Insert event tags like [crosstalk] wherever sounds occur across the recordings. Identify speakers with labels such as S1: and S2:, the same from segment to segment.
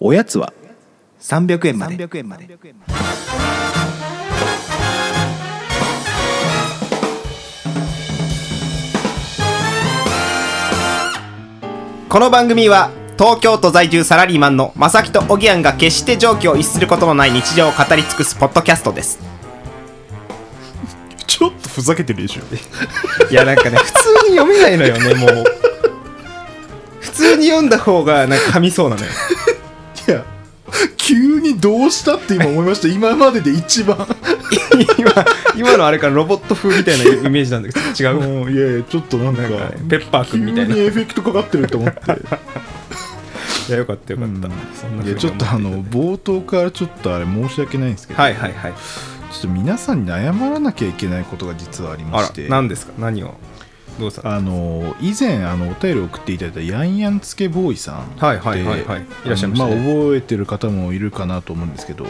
S1: おやつは
S2: 300円まで
S3: 300円まで
S4: この番組は東京都在住サラリーマンの正木とおぎやんが決して常軌を逸することのない日常を語り尽くすポッドキャストです
S5: [laughs] ちょっとふざけてるでしょ
S4: いやなんかね普通に読めないのよねもう普通に読んだ方がなんか噛みそうなのよ
S5: いや急にどうしたって今思いました今までで一番
S4: 今今のあれからロボット風みたいなイメージなんだけど違う
S5: もう [laughs] いやいやちょっとなんか
S4: なんかねペッパーくんみたいな
S5: 急にエフェクトかかってると
S4: [laughs]
S5: 思って
S4: いやよかったよかった、そんな風に思
S5: いやちょっとあの冒頭からちょっとあれ申し訳ないんですけど、
S4: はいはいはい
S5: ちょっと皆さんに謝らなきゃいけないことが実はありま
S4: あ
S5: して
S4: ら何ですか何をどうした
S5: あの以前あのお便り送っていただいたヤンヤンつけボーイさんって
S4: はいはいはいはいいらっしゃいましたね
S5: あのあ、覚えてる方もいるかなと思うんですけど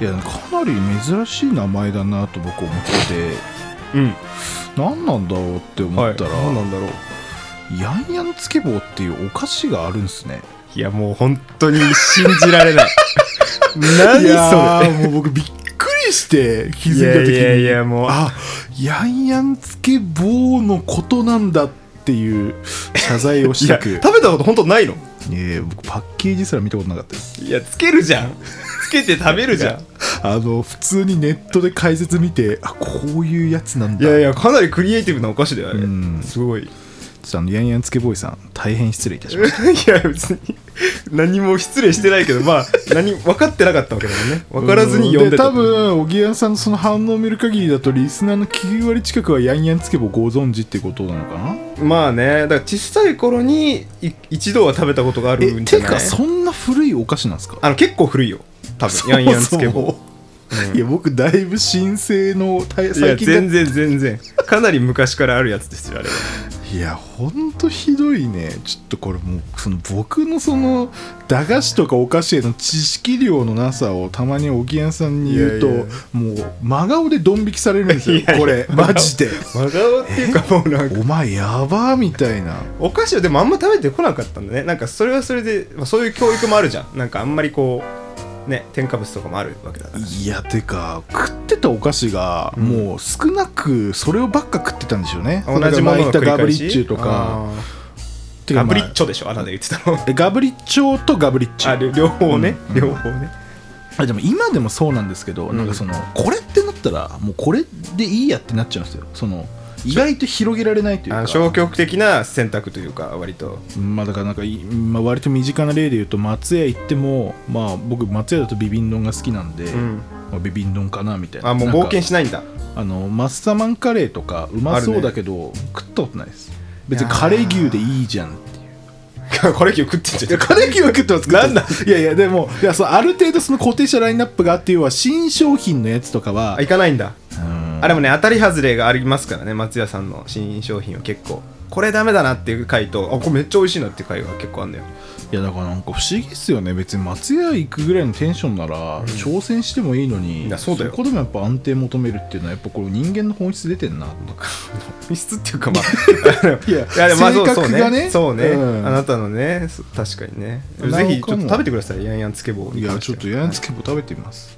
S5: いやかなり珍しい名前だなと僕思って
S4: うん
S5: て何なんだろうって思ったら、
S4: はい、何なんだろう
S5: ヤンヤンつけ棒っていうお菓子があるんですね
S4: いやもう本当に信じられない [laughs] 何
S5: いや
S4: それ
S5: ーもう僕びっくりして気
S4: い
S5: づいた
S4: や
S5: 時に
S4: いやいやもう
S5: あヤンヤンつけ棒のことなんだっていう謝罪をし
S4: [laughs] い
S5: た
S4: や
S5: く
S4: 食べたこと本当ないの
S5: えー僕パッケージすら見たことなかったです
S4: いやつけるじゃんつけて食べるじゃん
S5: あの普通にネットで解説見てあこういうやつなん
S4: い
S5: だ
S4: やいやかなりクリエイティブなお菓子だよあれ
S5: うん
S4: すごいい
S5: ちょっとあのヤンヤンつけボーイさん大変失礼
S4: [laughs]
S5: いたしまし
S4: や別に何も失礼してないけどまあ何分かってなかったわけだもんね
S5: た
S4: 分からずに読んでた
S5: 多分おぎやさんのその反応を見る限りだとリスナーの9割近くはヤンヤンつけ棒ご存知ってことなのかな
S4: まあねだから小さい頃にい一度は食べたことがある
S5: え
S4: んじゃ
S5: て
S4: ない
S5: かそんな古いお菓子なんですか
S4: あの結構古いよ多分ヤンヤンつけ
S5: そ
S4: 棒
S5: もそもいや僕だいぶ新生の大
S4: いや
S5: 最近だ
S4: 全然全然かなり昔からあるやつですよあれはい
S5: やほんとひどいねちょっとこれもうその僕のその駄菓子とかお菓子への知識量のなさをたまにおぎやんさんに言うと
S4: いやいや
S5: もう真顔でドン引きされるんです [laughs] よ
S4: いやいや
S5: これマジ [laughs] で
S4: 真顔っていうかもうなんか
S5: お前やばーみたいな
S4: お菓子をでもあんま食べてこなかったんだねなんかそれはそれで、まあ、そういう教育もあるじゃんなんかあんまりこうね添加物とかもあるわけだから
S5: いやてか食ってたお菓子がもう少なくそれをばっか食ってたんでしょうね、
S4: 同じもの
S5: 言
S4: の
S5: った
S4: 繰り返し
S5: ガブリッチュとか
S4: あ
S5: て
S4: ーガ
S5: かま
S4: ブ
S5: あ
S4: リッチョでしょあなた言ってた
S5: [laughs]
S4: の
S5: ガブリッチョとガブリッチ
S4: あ
S5: ョ
S4: れ両方ね、
S5: うん
S4: 両方ね
S5: あでも今でもそうなんですけど、
S4: ん
S5: なんかそのこれってなったらもうこれでいいやってなっちゃうんですよその意外と広げられないという
S4: あ
S5: か
S4: の消極的な選択というか割と
S5: まあだからなんかい、まあ、割と身近な例で言うと松屋行ってもまあ僕松屋だとビビン丼が好きなんで、
S4: うん
S5: まあ、ビビン丼かなみたいな
S4: あもう
S5: なん
S4: 冒
S5: か
S4: 険しないんだ
S5: [laughs] あのマッサマンカレーとかうまそうだけど、食ったことないです別にカレー牛でいいじゃんっていう
S4: これ今日食ってん
S5: い
S4: じゃ
S5: や
S4: ん
S5: カレー牛は食って [laughs] ます
S4: なんだ
S5: いやいやでもいやそうある程度その固定したラインナップがあって要は新商品のやつとかは
S4: あ行かないんだ
S5: うん
S4: あれもね当たり外れがありますからね松屋さんの新商品は結構これダメだなっていう回とあこれめっちゃ美味しいなっていう回が結構あるんだよ [laughs]
S5: いやだからなんか不思議っすよね別に松屋行くぐらいのテンションなら挑戦してもいいのに、
S4: いやそうだよ
S5: こでもやっぱ安定求めるっていうのはやっぱこれ人間の本質出てんなとか
S4: ミスっていうかま
S5: [laughs]
S4: あ
S5: いや
S4: いやでもまあそう
S5: 性
S4: そう
S5: 格がね
S4: ねそうね、
S5: うん
S4: あなたのねそ確かにね
S5: なんか
S4: ぜひちょっ
S5: も
S4: と食べてくださいヤンヤンつけ棒
S5: いやちょっとやんつけも食べてみます、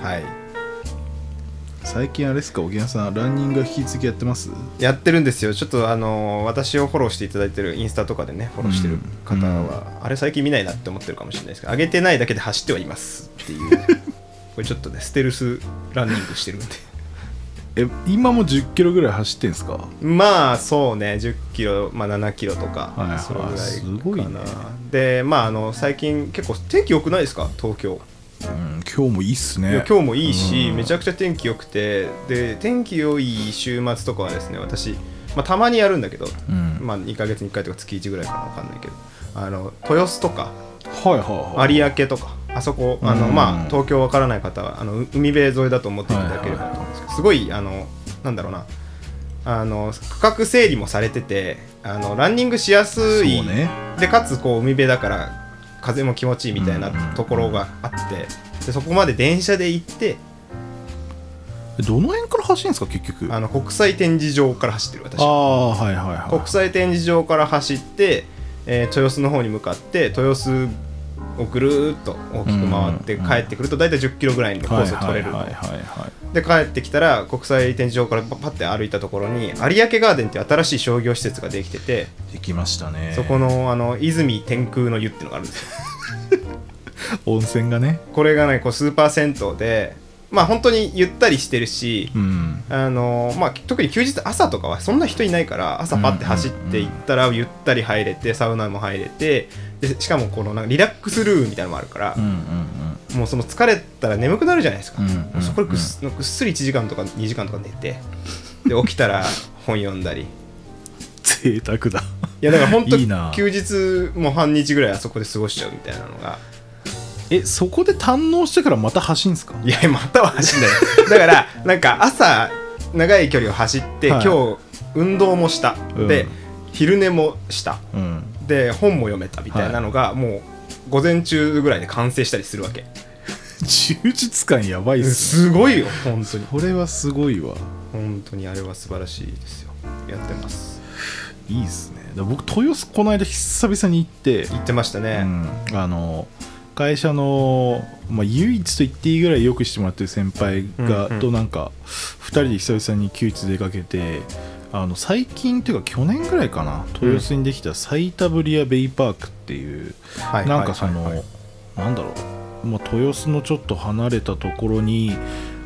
S4: はい
S5: 最近あれですかおぎやさんランニングは引き続きやってます
S4: やってるんですよちょっとあのー私をフォローしていただいてるインスタとかでねフォローしてる方は、あれ最近見ないなって思ってるかもしれないですけど上げてないだけで走ってはいますっていう
S5: [laughs]
S4: これちょっとねステルスランニングしてるんで
S5: え今も1 0キロぐらい走ってんすか
S4: まあそうね1 0キロ、まあ、7キロとか、
S5: はいはい
S4: それぐらいかな
S5: すごいね
S4: でまああの最近結構天気良くないですか東京、
S5: うん今日もいいっすね
S4: いや今日もいいし、
S5: うん
S4: めちゃくちゃ天気良くてで天気良い週末とかはですね私、まあ、たまにやるんだけど、
S5: うん
S4: まあ、2ヶ月に1回とか月1ぐらいかなわかんないけどあの豊洲とか
S5: はいはいはい
S4: 有明とかあそこあの、
S5: うん
S4: まあ、東京わからない方はあのう海辺沿いだと思っていただければと思うんですけど、すごいあのなんだろうなあの区画整理もされててあのランニングしやすい、
S5: そうね
S4: でかつこう海辺だから風も気持ちいいみたいな
S5: うんうんうん
S4: ところがあって、でそこまで電車で行って
S5: どの辺から走るんですか結局
S4: あ
S5: あ
S4: の国際展示場から走ってる私は
S5: あはいはいはい
S4: 国際展示場から走って、えー豊洲の方に向かって豊洲をぐるーっと大きく回って
S5: うん
S4: 帰ってくると大体1 0キロぐらいのコースを取れる
S5: はいはいはいはい
S4: で帰ってきたら国際展示場からパッて歩いたところに有明ガーデンっていう新しい商業施設ができてて
S5: できましたね
S4: そこのあの泉天空の湯っていうのがあるんですよ
S5: 温泉がね
S4: これがねこうスーパー銭湯でまあ本当にゆったりしてるし、
S5: うん
S4: あのまあ、特に休日朝とかはそんな人いないから朝パッて走っていったらゆったり入れてサウナも入れてでしかもこのなんかリラックスルームみたいなのもあるから
S5: うん、うん
S4: もうその疲れたら眠くなるじゃないですか、
S5: うんうん
S4: もうそこでぐっすぐっすり1時間とか2時間とか寝てで起きたら本読んだりい
S5: 贅沢だ
S4: やだから本当
S5: いいな
S4: 休日もう半日ぐらいあそこで過ごしちゃうみたいなのが
S5: [laughs] えそこで堪能してからまた走んすか
S4: いやまたは走んないだからなんか朝長い距離を走って、
S5: はい
S4: 今日運動もした、
S5: うん
S4: で昼寝もした
S5: うん
S4: で本も読めたみたいなのが、もう午前中ぐらいで完成したりするわけ
S5: 充実感やばいっす
S4: す
S5: ね
S4: ごいよ本当に
S5: これはすごいわ
S4: 本当にあれは素晴らしいですよやってます
S5: いいっすねだから僕豊洲この間久々に行って、
S4: 言ってました
S5: う
S4: ね、
S5: ん、あの会社の、まあ、唯一と言っていいぐらいよくしてもらってる先輩が、
S4: うんうん
S5: となんか2人で久々に休日出かけてあの最近というか去年ぐらいかな豊洲にできたサイタブリアベイパークっていう、
S4: はいはい
S5: なんかその、
S4: はいはい
S5: なんだろう、まあ、豊洲のちょっと離れたところに、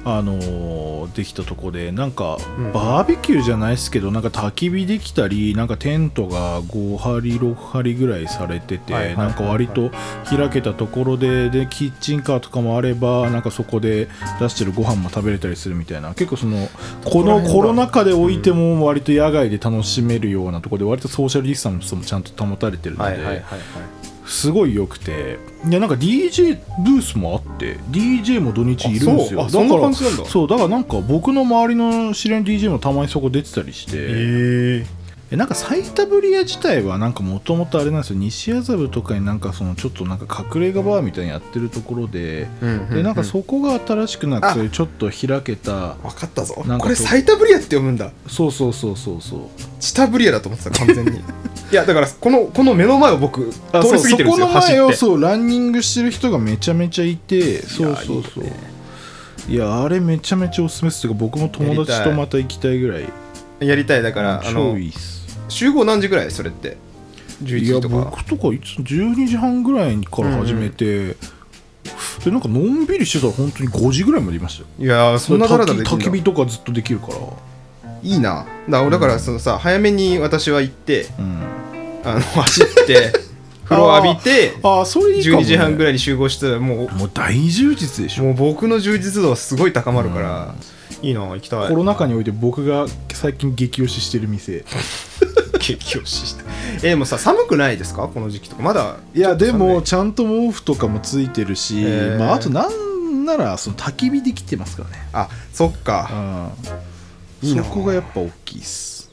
S5: あのーできたとこでなんか
S4: うん
S5: バーベキューじゃないですけどなんか焚き火できたりなんかテントが5張6張ぐらいされてて
S4: はいはいはい
S5: なんか割と開けたところででキッチンカーとかもあればなんかそこで出してるご飯も食べれたりするみたいな結構そのこのコロナ禍でおいても割と野外で楽しめるようなところで割とソーシャルディスタンスもちゃんと保たれてるの
S4: はい
S5: で。
S4: はいはいはい
S5: すごい良くてでなんか DJ ブースもあって DJ も土日いるんですよ
S4: あそうあ
S5: だ
S4: そん
S5: から
S4: な感じなんだ
S5: そうだからなんか僕の周りの知り合いの DJ もたまにそこ出てたりして、
S4: えー
S5: えなんかサイタブリア自体はなんかもともとあれなんですよ西麻布とかになんかそのちょっとなんか隠れ家バーみたいにやってるところで、でなんかそこが新しくなって
S4: あ
S5: そういうちょっと開けた
S4: 分かったぞ
S5: なんかそう
S4: これサイタブリアって読むんだ
S5: そうそうそうそうそう
S4: チタブリアだと思ってた完全
S5: [laughs]
S4: にいやだからこのこの目の前を僕通
S5: あそう
S4: り過ぎてるんですよ
S5: そこの前
S4: 走
S5: を
S4: って
S5: そうランニングしてる人がめちゃめちゃいてそうそうそういや,、あれめちゃめちゃおすすめですてか僕も友達とまた行きたいぐらい
S4: やりたいだからあ
S5: 超
S4: の
S5: いいっす
S4: 集合何時ぐらいそれって11
S5: いや
S4: 時とか
S5: 僕とかいつ12時半ぐらいから始めて、でなんかのんびりしてたら本当に5時ぐらいまでいましたよ
S4: いやーそんな体でき
S5: 焚
S4: ん
S5: き焚き
S4: だ
S5: 火とかずっとできるから
S4: いいなだからだからそのさ早めに私は行って
S5: うん
S4: あの [laughs] 走って風呂浴びて
S5: ああそれいいかも、
S4: 12
S5: ね、
S4: 時半ぐ
S5: ら
S4: らいに集合したらもう
S5: いもう大充実でしょ
S4: もう僕の充実度はすごい高まるからいいな行きたい
S5: コロナ禍において僕が最近激推ししてる店
S4: 激推ししたえでもさ寒くないですかこの時期とかまだ
S5: いやで
S4: ちょっ
S5: も
S4: と寒
S5: ちゃんと毛布とかもついてるし、
S4: へー
S5: まあ、あとなんならその焚き火できてますからね
S4: いあそっか
S5: うん
S4: いいな
S5: そこがやっぱ大きいっす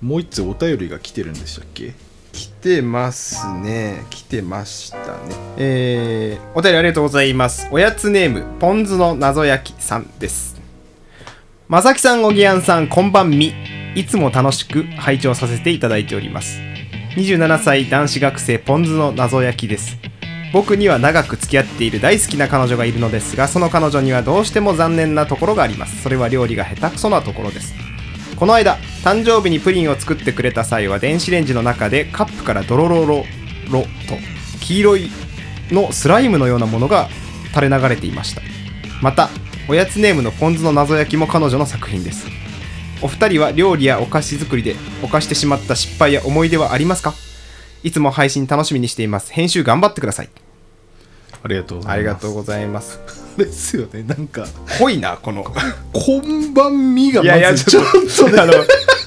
S5: もう一つお便りが来てるんでしたっけ
S4: 来てますね来てましたねえー、お便りありがとうございますおやつネームポン酢の謎焼きさんですまさきさんおぎやんさんこんばんみいつも楽しく拝聴させていただいております27歳男子学生ポン酢の謎焼きです僕には長く付き合っている大好きな彼女がいるのですがその彼女にはどうしても残念なところがありますそれは料理が下手くそなところですこの間誕生日にプリンを作ってくれた際は電子レンジの中でカップからドロロロロと黄色いのスライムのようなものが垂れ流れていましたまたおやつネームのポン酢の謎焼きも彼女の作品ですお二人は料理やお菓子作りで犯してしまった失敗や思い出はありますかいつも配信楽しみにしています編集頑張ってください
S5: ありがとうご
S4: ありが
S5: う
S4: とうございます
S5: ですよねなんか
S4: 濃いなこの
S5: 「こんばんみ」が
S4: いやいや
S5: まずち
S4: ち
S5: ょ
S4: ょ
S5: っ
S4: っ
S5: と
S4: と
S5: ね
S4: あの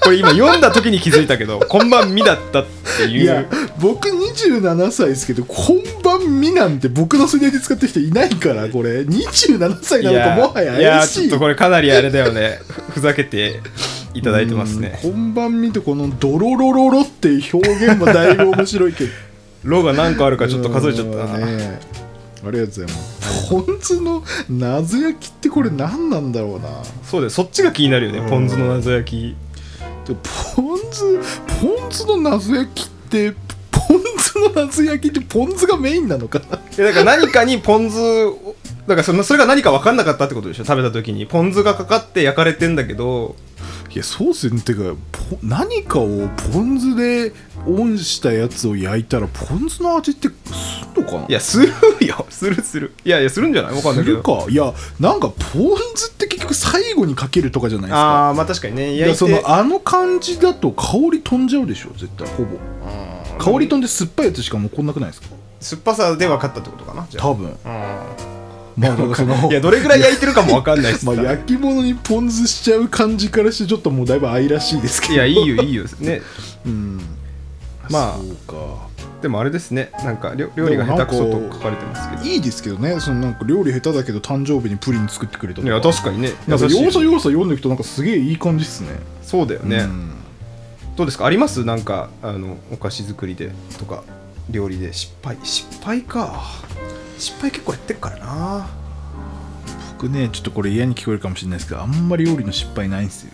S4: これ今読んだ時に気づいたけど「こんばんみ」だったっていう
S5: いや僕27歳ですけど「こんばんみ」なんて僕の世代で使ってる人いないからこれ27歳なのかもはや
S4: いや
S5: 怪
S4: ち
S5: し
S4: ょ
S5: い
S4: っとこれかなりあれだよねふふざけていただいてますね
S5: うんこんばんみとこの「ドロロロロ」 [laughs] っていう表現もだいぶ面白いけど
S4: ロが何個あるかちょっと数えちゃったな、
S5: うんねありがとうございますポン酢の謎焼きってこれ何なんだろうな
S4: そうだよそっちが気になるよね、ポン酢の謎焼き
S5: でもポン酢ポン酢の謎焼きってポン酢の謎焼きってポン酢がメインなのかな
S4: えだから何かにポン酢をだからそのそれが何か分かんなかったってことでしょ食べた時にポン酢がかかって焼かれてんだけど
S5: いやそうっすよねてかポ何かをポン酢でオンしたやつを焼いたらポン酢の味ってすんのかない
S4: やするよするするいやいやするんじゃない分かんな
S5: す
S4: いけ
S5: る
S4: ど
S5: かいやなんかポン酢って結局最後にかけるとかじゃないですか
S4: ああまあ確かにね
S5: いや
S4: 焼い
S5: そ
S4: て
S5: のあの感じだと香り飛んじゃうでしょ絶対ほぼ
S4: うん
S5: 香り飛んで酸っぱいやつしか残んなくないですか
S4: 酸っぱさで分かったってことかなじゃあ
S5: 多分
S4: う
S5: まあだからその
S4: んいやどれぐらい焼いてるかも分かんないっす
S5: まあ
S4: から
S5: 焼き物にポン酢しちゃう感じからしてちょっともうだいぶ愛らしいですけど
S4: いやいいよいいよね
S5: うん
S4: まあ
S5: そうか
S4: でもあれですねなんか料料理が下手くそと書かれてますけど
S5: いいですけどねそのなんか料理下手だけど誕生日にプリン作ってくれたと
S4: いや確かにね
S5: なんか
S4: 優しい
S5: 要素要素読んでいくとなんかすげえいい感じっすね
S4: そうだよね、
S5: うん
S4: どうですかありますなんかあのお菓子作りでとか料理で失敗失敗か失敗結構やってっからな
S5: 僕ねちょっとこれ嫌に聞こえるかもしれないですけどあんまり料理の失敗ないんですよ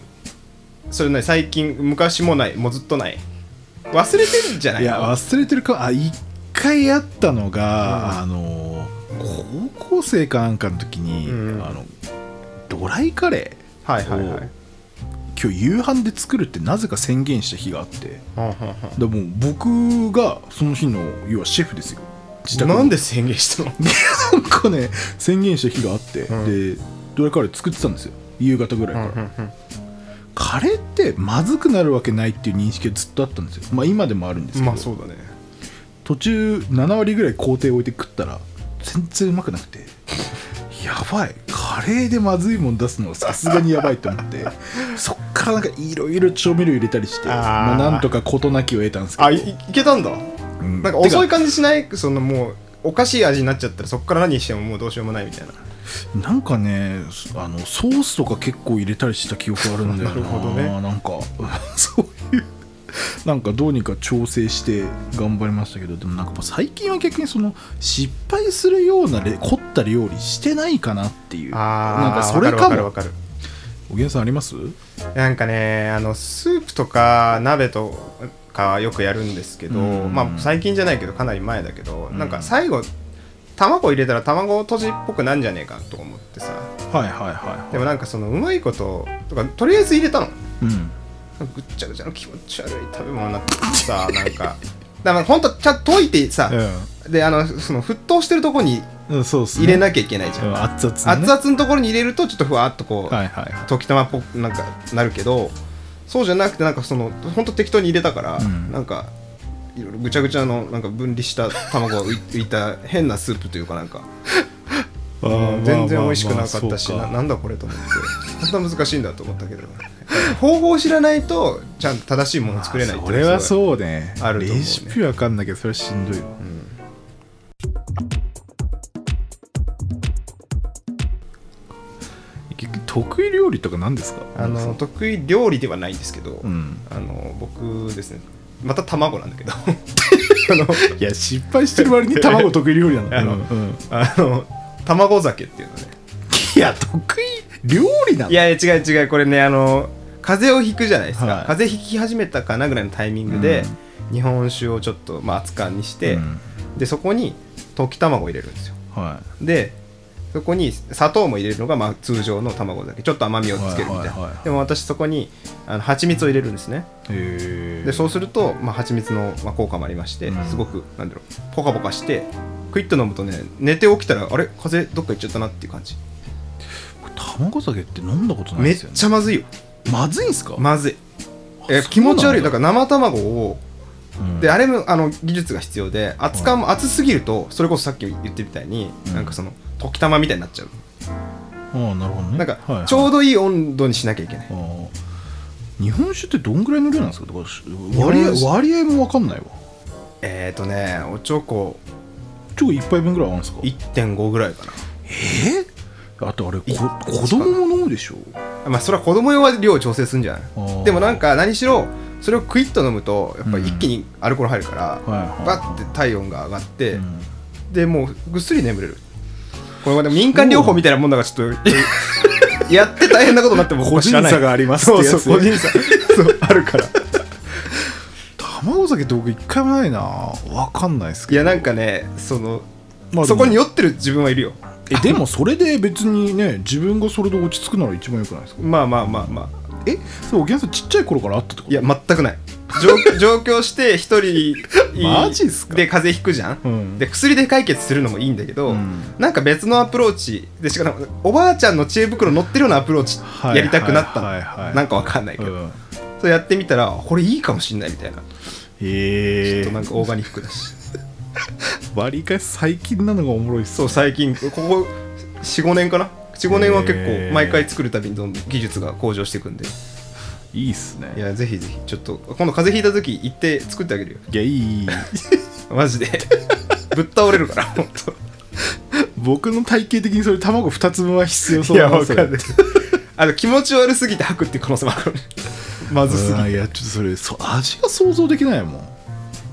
S4: それね最近昔もないもうずっとない忘れてるんじゃない
S5: い
S4: の
S5: や忘れてるかあ一回あったのが、あの高校生かなんかの時に、
S4: うん
S5: あのドライカレー
S4: はいはいはい
S5: 今日夕飯で作るってなぜか宣言した日があって
S4: はんはんはん
S5: でもう僕がその日の要はシェフですよ自宅の
S4: なんで宣言したの
S5: なんかね宣言した日があって、
S4: う
S5: でドライカレー作ってたんですよ夕方ぐらいから、カレーってまずくなるわけないっていう認識がずっとあったんですよまあ今でもあるんですけど、
S4: まあそうだね
S5: 途中7割ぐらい工程置いて食ったら全然うまくなくてやばいカレーでまずいもん出すのはさすがにやばいと思ってそっからなんかいろいろ調味料入れたりして
S4: あー
S5: まあ、なんとか事なきを得たんですけど
S4: あいいけたんだ
S5: うん
S4: なんか遅い
S5: て
S4: 感じしないそのもうおかしい味になっちゃったらそこから何してももうどうしようもないみたいな
S5: なんかねあのソースとか結構入れたりした記憶あるんだよ
S4: な
S5: な
S4: るほどね
S5: なんか [laughs] そういうなんかどうにか調整して頑張りましたけどでもなんかもう最近は逆にその失敗するようなれ凝った料理してないかなっていう
S4: あー
S5: なんかそれか
S4: わかるわ
S5: も
S4: かるわか
S5: おげんさんあります
S4: るなんかねあのスープとか鍋とかよくやるんですけど、
S5: うん
S4: まあ最近じゃないけどかなり前だけど、
S5: うん
S4: なんか最後卵入れたら卵とじっぽくなんじゃねえかとか思ってさ
S5: はいはいはい
S4: で
S5: はい
S4: もなんかそのうまいこととかとりあえず入れたの
S5: うん
S4: ぐっちゃぐちゃの気持ち悪い食べ物になってさなんかだからほんとちゃんと溶いてさ、であのその沸騰してるとこに
S5: うん、うん、そうっすね
S4: 入れなきゃいけないじゃん、
S5: うん熱々、ね、
S4: 熱々のところに入れるとちょっとふわっとこう、
S5: はいはいは
S4: 時たまっぽくなんかなるけどそうじゃなくてなんかその本当適当に入れたから、
S5: うん
S4: なんかいろいろぐちゃぐちゃのなんか分離した卵が浮い浮いた変なスープというかなんか
S5: いあー
S4: 全然美味しくなか
S5: まあまあ
S4: っ
S5: ま
S4: た
S5: あ
S4: し
S5: そう
S4: な
S5: か
S4: なんだこれと思ってそんな難しいんだと思ったけど方法を知らないとちゃんと正しいものを作れないって
S5: あ
S4: いう
S5: ーそれは
S4: う
S5: そうね
S4: あると思うね
S5: レシピわかんないけどそれはしんどいわ
S4: のが、うん
S5: 結局得意料理とか何ですか
S4: あの得意料理ではないんですけど、
S5: うん
S4: あの僕ですねまた卵なんだ
S5: [laughs]
S4: けど
S5: いや失敗してる割に卵得意料理なんだ、
S4: あの
S5: うん
S4: あの卵酒 [laughs] っていうのね
S5: いや得意料理なの
S4: いやいや違う違うこれねあの風邪をひくじゃないですか、
S5: はい
S4: 風邪ひき始めたかなぐらいのタイミングで、日本酒をちょっと、まあ、熱燗にして、
S5: うん
S4: でそこに溶き卵を入れるんですよ
S5: は
S4: でそこに砂糖も入れるのがまあ通常の卵だけちょっと甘みをつけるみたいな、
S5: はいはいはいはい
S4: でも私そこにあの蜂蜜を入れるんですね
S5: いへえ
S4: でそうすると、まあ、蜂蜜のまあ効果もありまして、
S5: うん
S4: すごくなんだろうポカポカしてクイッと飲むとね寝て起きたらあれ風邪どっか行っちゃったなっていう感じ、
S5: 卵酒って飲んだことない
S4: め
S5: で
S4: っ
S5: すよね
S4: ちゃまずいよ
S5: まずいんすか、
S4: まずい
S5: あ
S4: え
S5: そう
S4: 気持ち悪いだ
S5: なんだ
S4: から生卵を
S5: うん
S4: であれもあの技術が必要で熱感も熱すぎるとそれこそさっき言ってみたいに、
S5: うん
S4: なんかその溶き玉みたいになっちゃう
S5: ああなるほどね
S4: なん
S5: はいは
S4: か
S5: い
S4: ちょうどいい温度にしなきゃいけない、
S5: あー日本酒ってどんぐらいの量なんですかだから割
S4: 日本酒
S5: 合割合もわかんないわ
S4: えっ、ー、とねおちょこ
S5: 超一杯分ぐらいあるんですか
S4: 1.5ぐらいか
S5: えー、あとあれこ
S4: い
S5: 子供も飲むでしょ
S4: なまあそれは子供用は量を調整するんじゃ
S5: あ
S4: ない
S5: ー
S4: でもなんか何しろそれをクイッと飲むとやっぱり一気にアルコール入るから、
S5: はいはい
S4: バッて体温が上がって、
S5: うん
S4: でもうぐっすり眠れるこれはでも民間療法みたいなもんだからちょっ [laughs] とやって大変なことになっても僕
S5: 個
S4: は知ら
S5: 人
S4: ない
S5: 差がありますっ
S4: そ
S5: て
S4: う
S5: や
S4: そ
S5: つ
S4: う個人差
S5: [laughs]
S4: そうあるから
S5: 卵酒って僕一回もないなわかんないです
S4: い
S5: けど
S4: やなんかねその、
S5: まあでも
S4: そこに酔ってる自分はいるよ
S5: えでもそれで別にね自分がそれで落ち着くなら一番よくないですか
S4: まあまあまあまあ
S5: えそうお客さんちっちゃい頃からあったってこと
S4: いや全くない上上京して一 [laughs] 人
S5: マジっすか
S4: で風邪ひくじゃん、
S5: うん
S4: で薬で解決するのもいいんだけど、
S5: うん
S4: なんか別のアプローチでしかもおばあちゃんの知恵袋乗ってるようなアプローチ
S5: はい
S4: やりたくなったの、
S5: はいはい
S4: なんかわかんないけ
S5: う
S4: ど、
S5: ん
S4: それやってみたらこれいいかもしんないみたいなちょ
S5: え
S4: っと
S5: え
S4: なんかオーガニックだし
S5: 割り返し最近なのがおもろいっす
S4: そう最近ここ45年かな45年は結
S5: へー
S4: 構毎回作るたびにどんどん技術が向上していくんで
S5: いいっすね
S4: いやぜひぜひちょっと今度風邪ひいた時行って作ってあげるよ
S5: いやい
S4: [laughs]
S5: いいい
S4: マジで [laughs] ぶっ倒れるから本
S5: 僕の体型的にそれ卵2つ分は必要
S4: 当
S5: そうだそれ
S4: い [laughs] あの気持ち悪すぎて吐くっていう可能性もあるからねまずすぎ
S5: うん
S4: て
S5: いやちょっとそれそ味が想像できないもん
S4: だか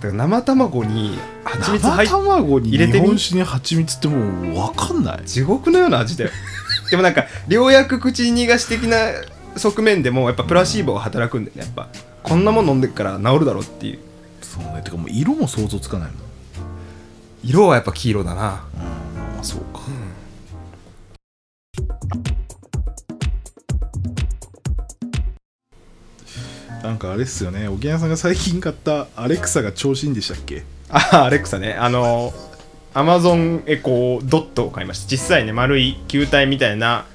S4: ら生卵に蜂蜜入
S5: 生
S4: っ
S5: 卵に
S4: 入れ
S5: 日
S4: てみ
S5: 本酒に蜂蜜ってもう分かんない
S4: 地獄のような味だよでもなんかようやく口に逃がし的な側面でもやっぱプラシーボが働くんだよねやっぱこんなもん飲んでっから治るだろうっていう
S5: そうねてかもう色も想像つかないもん
S4: 色はやっぱ黄色だな
S5: まあそうか、なんかあれっすよねおぎやさんが最近買ったアレクサが調子いいんでしたっけ
S4: あアレクサねあのアマゾンエコードットを買いました実際ね丸い球体みたいな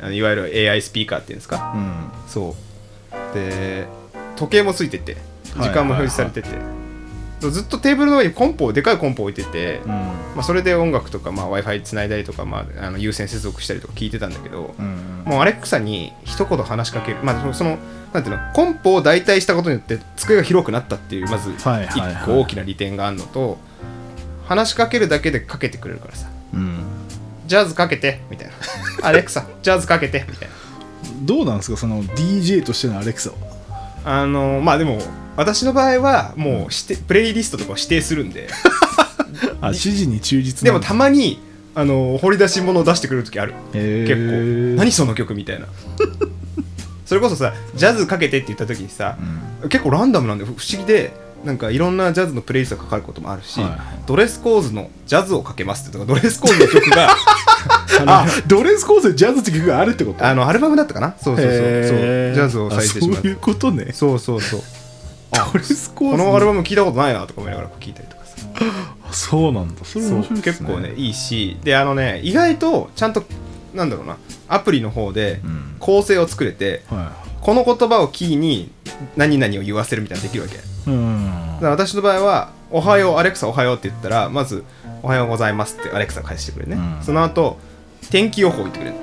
S4: あのいわゆる AI スピーカーっていうんですか
S5: うん
S4: そうで時計もついてて
S5: は
S4: 時
S5: い
S4: 間も表示されてて、ずっとテーブルの上にコンポをでかいコンポを置いてて、
S5: うん
S4: まあ、それで音楽とか、まあ、w i f i つないだりとか、まあ、あの有線接続したりとか聞いてたんだけど、
S5: うん
S4: もうアレクサに一言話しかける、まあ、そのそのなんていうのコンポを代替したことによって机が広くなったっていうまず一
S5: はいはいはい
S4: 個大きな利点があるのと、話しかけるだけでかけてくれるからさ
S5: うん
S4: ジャズかけてみた
S5: [laughs]
S4: いなアレクサジャズかけてみたいな
S5: どうなんですかその DJ としてのアレクサは
S4: あのまあでも私の場合はもうして、プレイリストとかを指定するんで
S5: あ指示に忠実
S4: で
S5: な
S4: もたまにあの掘り出し物を出してくれる時ある
S5: 結
S4: 結構何その曲みたいなそれこそさジャズかけてって言った時にさ、結構ランダムなんで不思議でなんかいろんなジャズのプレイリストがかかることもあるし、
S5: はい
S4: ドレスコーズのジャズをかけますってとかドレスコーズの曲が
S5: あドレス構成ジャズって曲があるってこと
S4: あのアルバムだったかなそうそうそうそうジ
S5: へー
S4: ャズを再生しま
S5: あ
S4: す
S5: そういうことね
S4: そうそうそう
S5: ドレス構
S4: こ
S5: 成
S4: のアルバム聞いたことないなとか思いながら聞いたりとかさ
S5: あそうなんだそれ
S4: そう
S5: 面白いっす
S4: 結構ねいいしであのね意外とちゃんとなんだろうなアプリの方で
S5: うん
S4: 構成を作れて、
S5: は
S4: この言葉をキーに何々を言わせるみたいなのできるわけだか
S5: いうん
S4: ら私の場合は「おはようアレクサおはよう」って言ったらまず「おはようございます」ってアレクサが返してくれるね、
S5: うん
S4: その後天気予報言ってくれる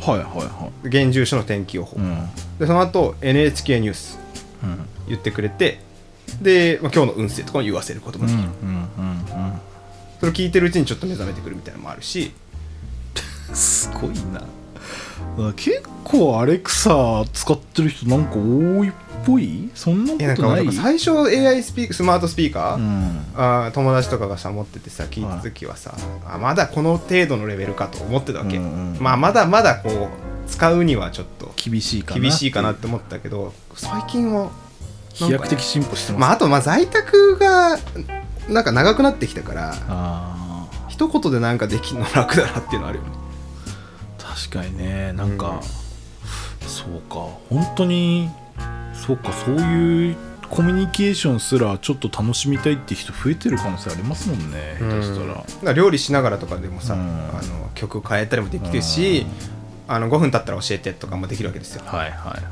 S5: はいはいは
S4: 現住所の天気予報、
S5: い。うん。
S4: でその後 NHK ニュース
S5: うん。
S4: 言ってくれてで、まあ、今日の運勢とかも言わせることも
S5: う
S4: できる、
S5: ん。うん。
S4: それを聞いてるうちにちょっと目覚めてくるみたいなのもあるし
S5: うん。すごいな。結構アレクサ使ってる人なんか多いっぽいそんなこ
S4: いやなん
S5: と
S4: か
S5: な
S4: 俺
S5: い
S4: 最初 AI スピーカースマートスピーカー、
S5: うん。
S4: あー友達とかがさ持っててさ聞いた時はさ、あまだこの程度のレベルかと思ってたわけ、
S5: うんうん
S4: まあ、まだまだこう使うにはちょっと
S5: 厳しいかな。
S4: 厳しいかなっ。て思ったけど最近は
S5: 飛躍的進歩してます。
S4: まああとまあ在宅がなんか長くなってきたから
S5: ああ。
S4: 一言でなんかできるの楽だなっていうのあるよね
S5: 確かにね。なんか、そうか。本当に、そうか。そういうコミュニケーションすらちょっと楽しみたいって人増えてる可能性ありますもんね。下手した
S4: だ
S5: ら
S4: か。ら料理しながらとかでもさ、
S5: うん
S4: あの曲変えたりもできるし、あの5分経ったら教えてとかもできるわけですよ
S5: はいはい。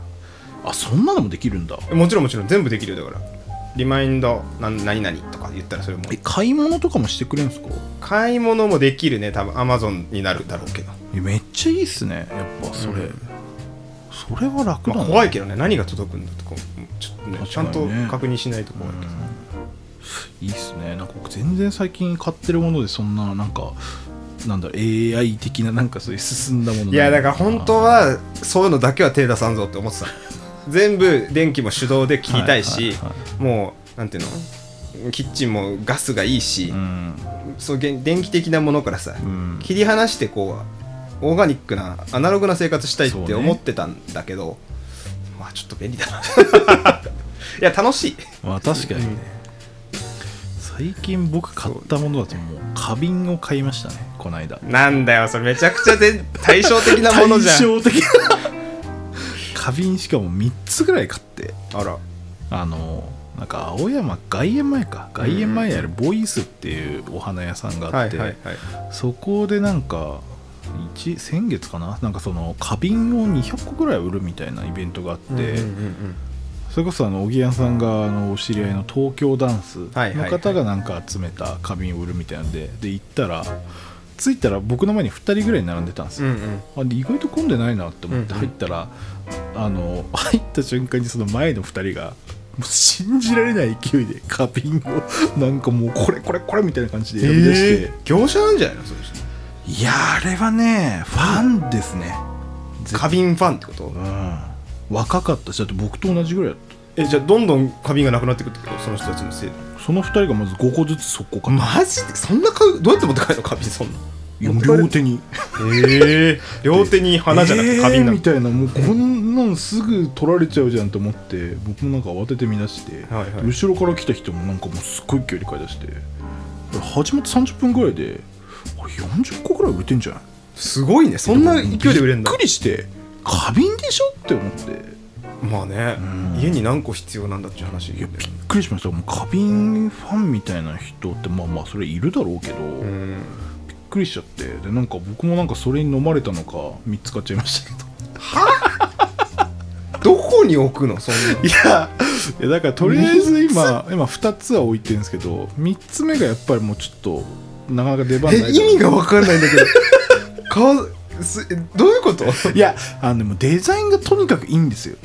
S5: あ、そんなのもできるんだ。
S4: もちろんもちろん全部できるよだからリマインドなん何々とか言ったらそれも
S5: え買い物とかもしてくれるんですか
S4: 買い物もできるね多分アマゾンになるだろうけど、
S5: えめっちゃいいっすねやっぱそれ、
S4: うん
S5: それは楽だ
S4: まあ、
S5: な、
S4: 怖いけどね何が届くんだとかもちょっとね
S5: 確
S4: ち
S5: か
S4: ゃ
S5: に
S4: ん
S5: ね
S4: と確認しないと怖いけど、
S5: いいっすねなんか僕全然最近買ってるものでそんななんかなんだろう AI 的ななんかそういう進んだものない
S4: いやだから本当はそういうのだけは手出さんぞ [laughs] って思ってた全部電気も手動で切りたいし、
S5: はいはいは
S4: もうなんていうのキッチンもガスがいいし、
S5: うん
S4: そうげん電気的なものからさ、
S5: うん
S4: 切り離してこうオーガニックなアナログな生活したいっ
S5: そう
S4: て
S5: ね
S4: 思ってたんだけど、まあちょっと便利だ [laughs] ないや楽しい
S5: まあ確かにね、最近僕買ったものだともう花瓶を買いましたねこの間
S4: なんだよそれめちゃくちゃ全対照的なものじゃ
S5: 対
S4: ん
S5: 照的な花瓶しかも3つぐらい買って
S4: あら
S5: あのなんか青山外苑前か外苑前にあるボイスっていうお花屋さんが
S4: は
S5: あ
S4: い
S5: って、
S4: はいはい
S5: そこでなんか一先月かななんかその花瓶を200個ぐらい売るみたいなイベントがあって、
S4: うんうんうん
S5: それこそあのおぎやんさんがあのお知り合いの東京ダンス
S4: はいはいは
S5: の
S4: い
S5: 方がなんか集めた花瓶を売るみたいなんでで行ったら着いたら僕の前に2人ぐらい並んでたんです
S4: う
S5: よ、
S4: んうん
S5: あで意外と混んでないなって思って
S4: うん
S5: 入ったら、あの入った瞬間にその前の2人がもう信じられない勢いで花瓶をなんかもうこれこれこれみたいな感じで呼び出して、
S4: えー業者なんじゃないのそれ
S5: いやあれはねファンですね
S4: 花瓶ファンってこと
S5: うん若かったしだって僕と同じぐらいだっ
S4: えじゃあどんどん花瓶がなくなってくってことその人たちのせいで
S5: たその2人がまず5個ずつ速攻買った、
S4: マジでそんな買うどうやって持って帰るの花瓶そんな
S5: 両手に
S4: ええ両手に [laughs] 花じゃなくて花瓶なの
S5: えーみたいなもうこんなんすぐ取られちゃうじゃんと思って僕もなんか慌てて見出して、
S4: はいはい
S5: 後ろから来た人もなんかもうすっごい勢いで買い出してこれ始まって30分ぐらいであれ40個ぐらい売れてんじゃん
S4: すごいねそんな勢いで売れんだ
S5: びっくりして花瓶でしょって思って
S4: まあね
S5: うん
S4: 家に何個必要なんだっていう話
S5: い
S4: だ
S5: や
S4: よ
S5: び
S4: ね
S5: っくりしましたもう花瓶ファンみたいな人ってまあまあそれいるだろうけど、
S4: うん
S5: びっくりしちゃってでなんか僕もなんかそれに飲まれたのか3つ買っちゃいましたけど
S4: どこに置くのそんない
S5: やいやだからとりあえず今今2つは置いてるんですけど3つ目がやっぱりもうちょっとなかなか出番
S4: え
S5: ないから
S4: 意味が分かんないんだ [laughs] けど顔すえどういうこと
S5: いやあのでもデザインがとにかくいいんですよ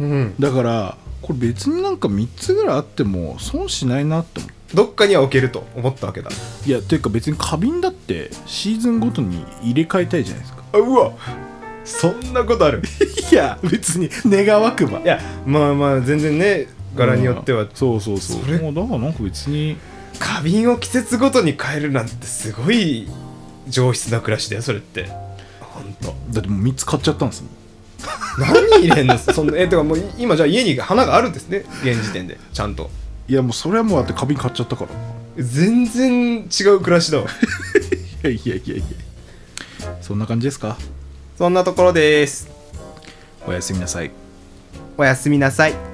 S4: うん
S5: だからこれ別になんか3つぐらいあっても損しないなって思って
S4: どっかには置けると思ったわけだ
S5: いやていうか別に花瓶だってシーズンごとに入れ替えたいじゃないですか
S4: あうわそんなことある
S5: いや別に願わくば
S4: いやまあまあ全然ね柄によっては
S5: うんそうそうそう
S4: それ
S5: もうだからなんか別に
S4: 花瓶を季節ごとに変えるなんてすごい上質な暮らしだよそれ [laughs] って本当。
S5: だってもう3つ買っちゃったんですもん
S4: 何入れんのそん [laughs] なえてかもう今じゃあ家に花があるんですね現時点でちゃんと
S5: いやもうそれはもうだって花瓶買っちゃったから
S4: [laughs] 全然違う暮らしだわ
S5: いやいやいやいやそんな感じですか
S4: そんなところです
S5: おやすみなさい
S4: おやすみなさい